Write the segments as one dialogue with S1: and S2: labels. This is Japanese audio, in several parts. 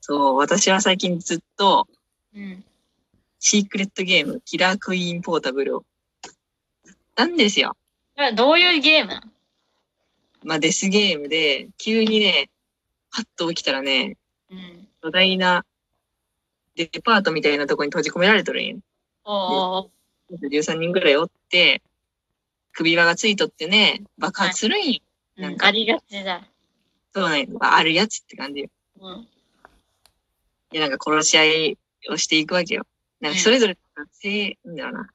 S1: そう、私は最近ずっと、
S2: うん。
S1: シークレットゲーム、キラークイーンポータブルを。なんですよ。
S2: それはどういうゲームなの
S1: まあ、デスゲームで、急にね、パッと起きたらね、
S2: うん。
S1: 巨大なデパートみたいなとこに閉じ込められとるんよ。
S2: おうおうおう
S1: 13人ぐらいおって、首輪がついとってね、爆発するんよ。
S2: うん
S1: なんか
S2: ありがちだ。
S1: そうね、まああるやつって感じよ。
S2: うん。
S1: で、なんか殺し合いをしていくわけよ。なんかそれぞれ、せ、なんだろうな。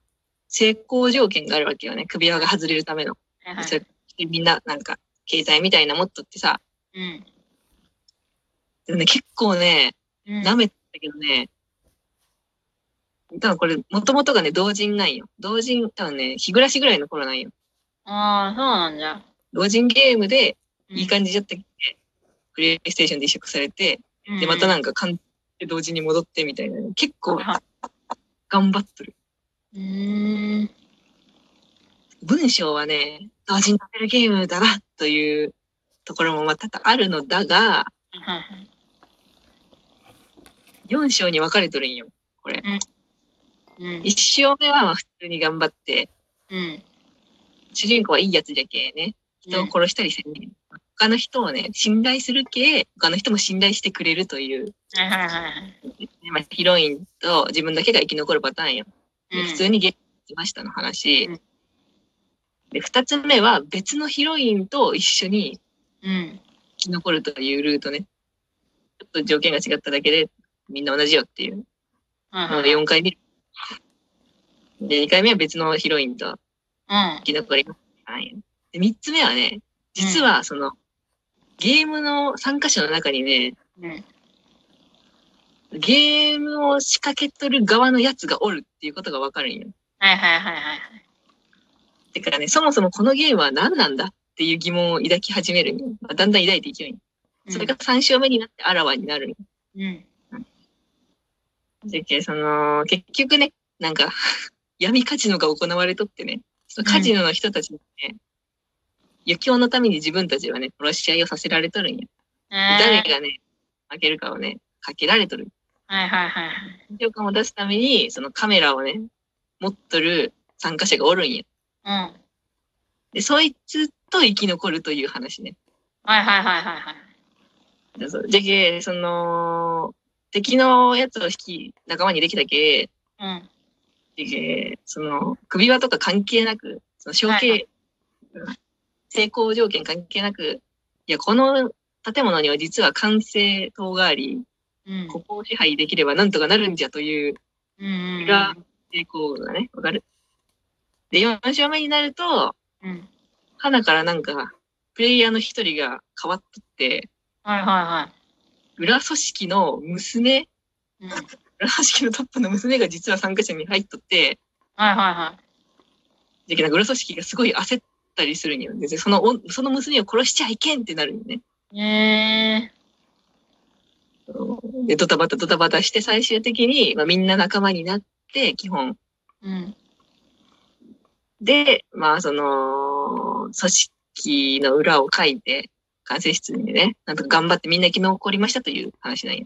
S1: 成功条件があるわけよね。首輪が外れるための。
S2: はいは
S1: それ
S2: い。
S1: でみんな、なんか、携帯みたいな持っとってさ。
S2: うん。
S1: でもね、結構ね、
S2: うん
S1: 舐めてたけどね、多分これ、もともとがね、同人なんよ。同人、多分ね、日暮らしぐらいの頃なんよ。
S2: ああ、そうなんじゃ。
S1: 同人ゲームで、
S2: うん
S1: いい感じじゃったっけ、プレイステーションで移植されて、で、またなんか、完全同時に戻ってみたいな。結構、頑張っとる。
S2: うんうん。
S1: 文章はね、同時に食べるゲームだな、というところもまたあるのだが、
S2: はいはい
S1: 4章に分かれとるんよ、これ。
S2: うん
S1: 1章目はまあ普通に頑張って、
S2: うん。
S1: 主人公はいいやつじゃけね、人を殺したりせんねん。他の人をね、信頼するけ、他の人も信頼してくれるという、
S2: はいはいはいはい。
S1: まあ、ヒロインと自分だけが生き残るパターンよ。で
S2: うん
S1: 普通にゲットしましたの話。
S2: うん
S1: で、二つ目は別のヒロインと一緒に
S2: うん。
S1: 生き残るというルートね。ちょっと条件が違っただけで、みんな同じよっていう。
S2: はい
S1: なの
S2: はい
S1: で4回目。で、2回目は別のヒロインと生き残りましたねで、3つ目はね、実はその、ゲームの参加者の中にね、
S2: うん。うん。
S1: ゲームを仕掛けとる側のやつがおるっていうことがわかるんよ。
S2: はいはいはいはいはい。
S1: てかね、そもそもこのゲームは何なんだっていう疑問を抱き始めるんよ。まあだんだん抱いていくように。それが3章目になってあらわになるんよ。
S2: うん。
S1: でけその、結局ね、なんか、 闇カジノが行われとってね、そのカジノの人たちにね、余興のために自分たちはね、殺し合いをさせられとるんや。
S2: うん。
S1: 誰
S2: えー
S1: がね、負けるかをね、かけられとる。
S2: はいはいはいはい。
S1: 緊張感を出すために、そのカメラをね、持っとる参加者がおるんや。
S2: うん。はい
S1: で、そいつと生き残るという話ね。
S2: はいはいはいはい。
S1: でそうじゃけ、その、敵のやつを引き、仲間にできたけ、
S2: うん。
S1: でけ、その、首輪とか関係なく、その、承
S2: はいは
S1: 継、うん成功条件関係なく、いや、この建物には実は完成塔があり、
S2: うん。
S1: ここを支配できればなんとかなるんじゃという
S2: うん。
S1: が成功がね、わかる。で、4章目になると、
S2: うん。
S1: 花からなんか、プレイヤーの一人が変わってって、
S2: はいは
S1: 裏組織の娘
S2: いはい。うん。はい
S1: 裏組織のトップの娘が実は参加者に入っとって、
S2: はいは
S1: で、なんか裏組織がすごい焦ったりするんよ。で、そのお、その娘を殺しちゃいけんってなるんよね。
S2: い。え
S1: で、ドタバタドタバタして最終的に、まあ、みんな仲間になって、基本。
S2: ー。うん。
S1: で、まあ、その、組織の裏を書いて、完成室にね、なんとか頑張ってみんな生き残りましたという話なんよ。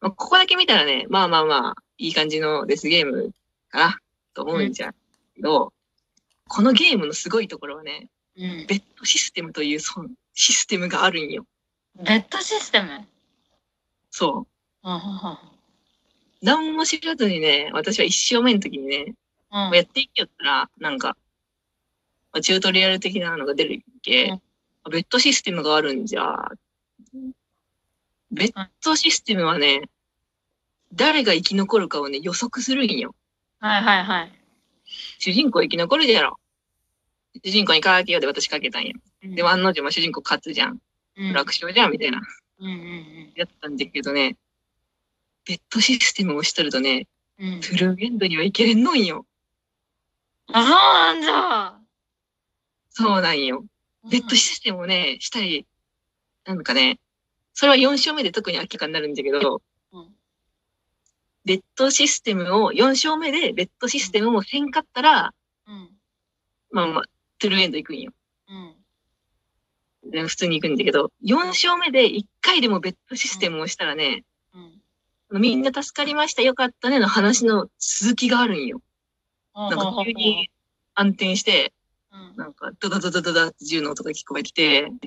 S1: まあ、ここだけ見たらね、まあまあまあ、いい感じのデスゲームかな、と思うんじゃけど、このゲームのすごいところはね、
S2: うん。
S1: ベッドシステムというそのシステムがあるんよ。
S2: ベッドシステム
S1: そ
S2: うんうんうん
S1: う。何も知らずにね、私は一生目の時にね、
S2: うん。
S1: やっていきよったら、なんか、まあチュートリアル的なのが出るけ、
S2: うん
S1: あベッドシステムがあるんじゃ。ベッドシステムはね、誰が生き残るかをね、予測するんよ。
S2: はいはいはい。
S1: 主人公生き残るじゃろ。主人公にかけようで私かけたんや。
S2: うん
S1: で、案の定、まあ主人公勝つじゃん。
S2: うん
S1: 楽勝じゃん、みたいな。
S2: うんうん
S1: やったんだけどね、ベッドシステムをしとるとね、
S2: うん。うん
S1: ト。ゥルーエンドにはいけれんのんよ。
S2: あ、そうなんじゃ。
S1: そうなんよ。ベッドシステムをね、したり、なんかね、それは4章目で特に明らかになるんだけど、
S2: うん
S1: ベッドシステムを、4章目でベッドシステムをせんかったら、
S2: うん。
S1: まあまあ、トゥルーエンド行くんよ。
S2: うん。
S1: で普通に行くんだけど、4章目で1回でもベッドシステムをしたらね、
S2: うん。うん。
S1: みんな助かりました、よかったねの話の続きがあるんよ。
S2: な
S1: なんか急に暗転して、
S2: うん。
S1: なんかドドドドドドって銃の音が聞こえてきて、なん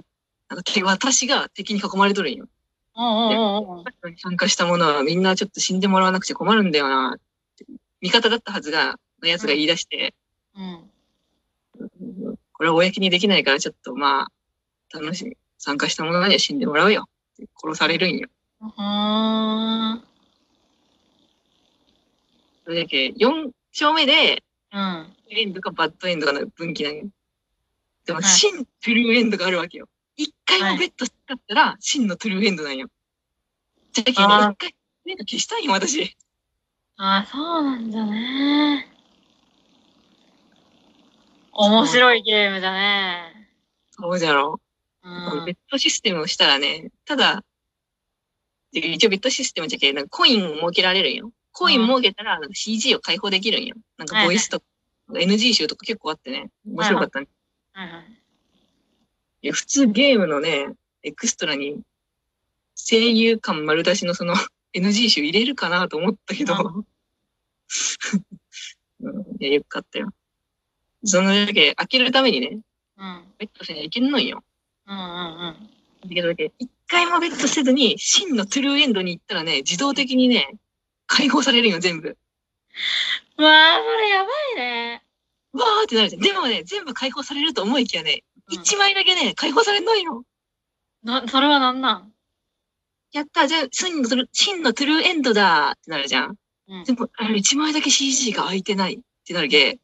S1: か敵私が敵に囲まれとるんよ。
S2: うんうんうんうん。
S1: 参加した者はみんなちょっと死んでもらわなくちゃ困るんだよなって。味方だったはずが、のやつが言い出して、
S2: うん。
S1: これは公にできないからちょっとまあ、楽しみ。参加した者には死んでもらうよ。殺されるんよ。
S2: うーん。
S1: それだけ4丁目で、
S2: うん。
S1: エンドかバッドエンドかの分岐なんよ。でも、
S2: はい
S1: 真トゥルーエンドがあるわけよ。一回
S2: は
S1: も
S2: い
S1: ベッドしたったら、真のトゥルーエンドなんよ。じゃあ、一
S2: あー
S1: 回、ベッド消したいよ、私。
S2: ああ、そうなんだね。面白いゲームだね。
S1: そうじゃろ。
S2: う
S1: ベ
S2: ん
S1: ッ。ドシステムをしたらね、ただ、で一応ベッドシステムじゃけ、なんかコインを設けられるんよ。コイン設けたら、なんか CG を解放できるんよ。なんかボイスとか、NG 集とか結構あってね、面白かったね。
S2: はいはい。
S1: いや普通ゲームのね、エクストラに声優感丸出しのそ の NG 集入れるかなと思ったけど、うん、いやよかったよ。そのだけ開けるためにね、
S2: うん。
S1: ベッドせに行けんのんよ。
S2: うんうんうん。
S1: だけどだけ、一回もベッドせずに、真のトゥルーエンドに行ったらね、自動的にね、解放されるんよ、全部。
S2: うわあ、それやばいね。
S1: わーってなるじゃん。でもね、全部解放されると思いきやね、
S2: うん
S1: 一枚だけね、解放されんのんよ。
S2: な、それはなんなん
S1: やったじゃあ、真のトゥルー真のトゥルーエンドだーってなるじゃん。
S2: うん
S1: で。も、あの、1枚だけ CG が空いてないってなるけ、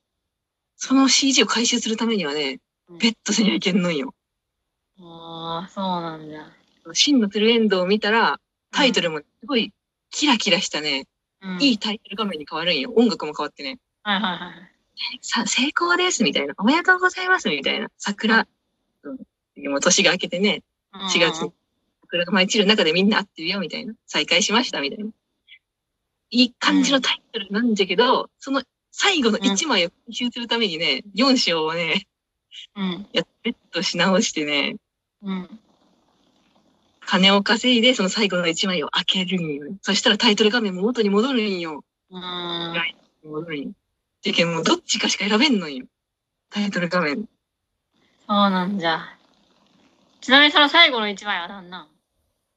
S1: その CG を回収するためにはね
S2: うん、
S1: ベッドせにはいけんのんよ。
S2: ああ、そうなんだ。
S1: 真のトゥルーエンドを見たら、タイトルもすごいキラキラしたね、
S2: うん。
S1: いいタイトル画面に変わるんよ。音楽も変わってね、
S2: はいはいはい。
S1: さ、成功ですみたいな、おめでとうございますみたいな、桜、うん、もう年が明けてね、4月に桜が舞い散る中でみんな会ってるよみたいな、再会しましたみたいな。いい感じのタイトルなんじゃけど、その最後の1枚を回収するためにね、4章をね、
S2: うん。
S1: やっベッドし直してね、
S2: うん。
S1: 金を稼いで、その最後の一枚を開けるんよ。そしたらタイトル画面も元に戻るんよ。
S2: うん。
S1: 戻るんよ。てけんもうどっちかしか選べんのよ。タイトル画面。
S2: そうなんじゃ。ちなみにその最後の一枚はなんなん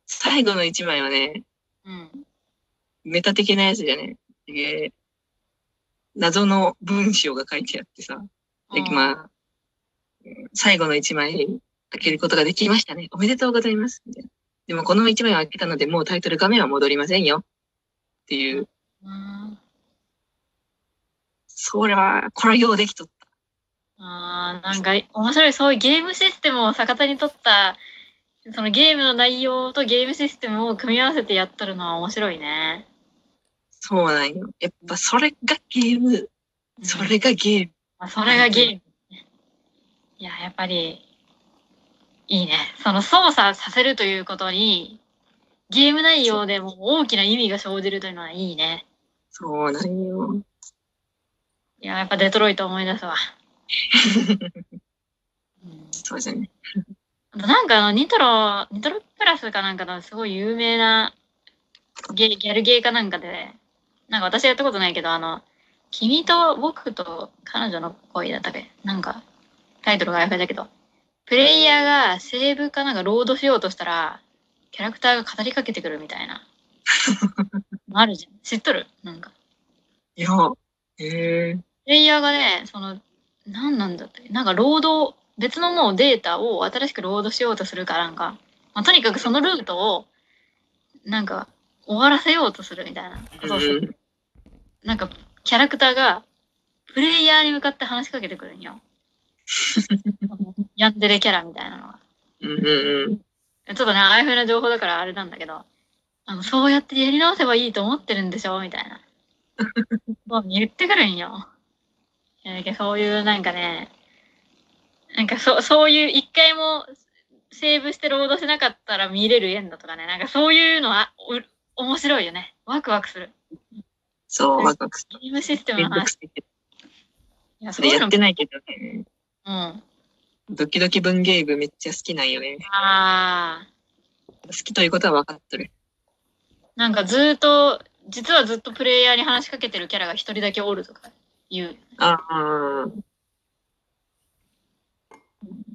S1: 最後の一枚はね、
S2: うん。
S1: メタ的なやつじゃね。で謎の文章が書いてあってさ。で、まあ、うん最後の一枚開けることができましたね。おめでとうございます。みたいなでもこの一枚を開けたので、もうタイトル画面は戻りませんよ。っていう
S2: うん。
S1: そりゃ、これはようできとっ
S2: ああ、なんか面白い、そういうゲームシステムを逆手に取った、そのゲームの内容とゲームシステムを組み合わせてやっとるのは面白いね。
S1: た。そうなんよ。やっぱそれがゲーム。それがゲーム。
S2: まあ、それがゲーム。いや、やっぱり、いいね。その操作させるということに、ゲーム内容でも大きな意味が生じるというのはいいね。
S1: そうなんよ。
S2: いや、やっぱデトロイト思い出すわ。うん
S1: そうじゃね。
S2: あとなんかあの、ニトロ、ニトロプラスかなんかのすごい有名なゲギャルゲーかなんかで、なんか私やったことないけど、あの、君と僕と彼女の恋だったべ。なんか、タイトルがやばいだけど、プレイヤーがセーブかなんかロードしようとしたら、キャラクターが語りかけてくるみたいな。あるじゃん。知っとるなんか。
S1: いや、へえ。
S2: プレイヤーがね、その、何なんだって、なんかロード、別のもうデータを新しくロードしようとするかなんか、まあ、とにかくそのルートを、なんか、終わらせようとするみたいなことをする。
S1: ん。
S2: なんか、キャラクターが、プレイヤーに向かって話しかけてくるんよ。ヤンデレキャラみたいなのが。
S1: うんうん
S2: ちょっとね、ああいう風な情報だからあれなんだけど、あの、そうやってやり直せばいいと思ってるんでしょみたいな。もう言ってくるんよ。いやだけどそういうなんかね、なんかそそういう一回もセーブしてロードしなかったら見れるエンドとかね、なんかそういうのはう面白いよね。ワクワクする。
S1: そう、ワクワクする。
S2: ゲームシステム
S1: めん
S2: の
S1: どく
S2: 話。
S1: さいけど
S2: いや、
S1: そ
S2: そうい
S1: れ
S2: う
S1: や
S2: の
S1: ってないけどね。
S2: うん。あ
S1: ドキドキ文芸部めっちゃ好きなんよね。
S2: あ
S1: 好きということは分かっとる。
S2: ー、なんかずーっと、実はずっとプレイヤーに話しかけてるキャラが一人だけおるとかいう。
S1: ああ。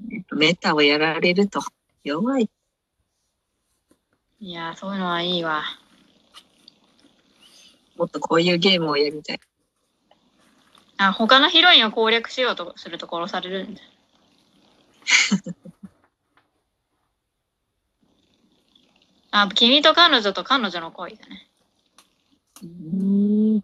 S1: やっぱメタをやられると弱い。
S2: いやー、そういうのはいいわ。
S1: もっとこういうゲームをやりたい。
S2: あ、他のヒロインを攻略しようとすると殺されるんだ。あ、君と彼女と彼女の恋だね。
S1: うん。